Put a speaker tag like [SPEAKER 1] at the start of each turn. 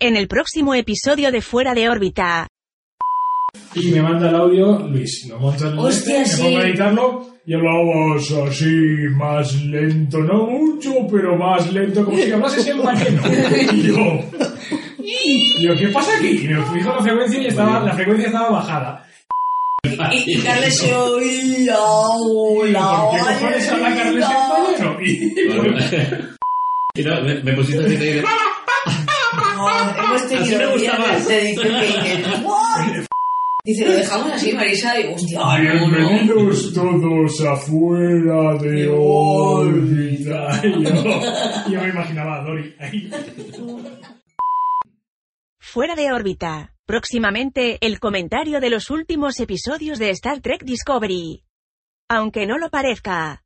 [SPEAKER 1] en el próximo episodio de Fuera de órbita.
[SPEAKER 2] Y me manda el audio Luis. Lo monta el este,
[SPEAKER 3] Hostia,
[SPEAKER 2] me
[SPEAKER 3] sí.
[SPEAKER 2] pongo a editarlo y hablamos así, más lento, no mucho, pero más lento, como si hablases en balleno. Y yo, y yo, ¿qué pasa aquí? Y me fijo la frecuencia y estaba, la frecuencia estaba bajada.
[SPEAKER 3] Y, y Carles se oía, hola,
[SPEAKER 2] ¿Por qué cojones habla Carles en balleno? Y-
[SPEAKER 4] Y no, me, me pusiste así de...
[SPEAKER 3] No, hemos tenido
[SPEAKER 4] Así me gusta
[SPEAKER 3] días
[SPEAKER 4] más.
[SPEAKER 3] de edición que dices, "What?". Dice, lo dejamos así, Marisa, y hostia, no, no.
[SPEAKER 2] Bienvenidos todos afuera de órbita. Y Yo, yo me imaginaba a Dory ahí.
[SPEAKER 1] Fuera de órbita. Próximamente, el comentario de los últimos episodios de Star Trek Discovery. Aunque no lo parezca.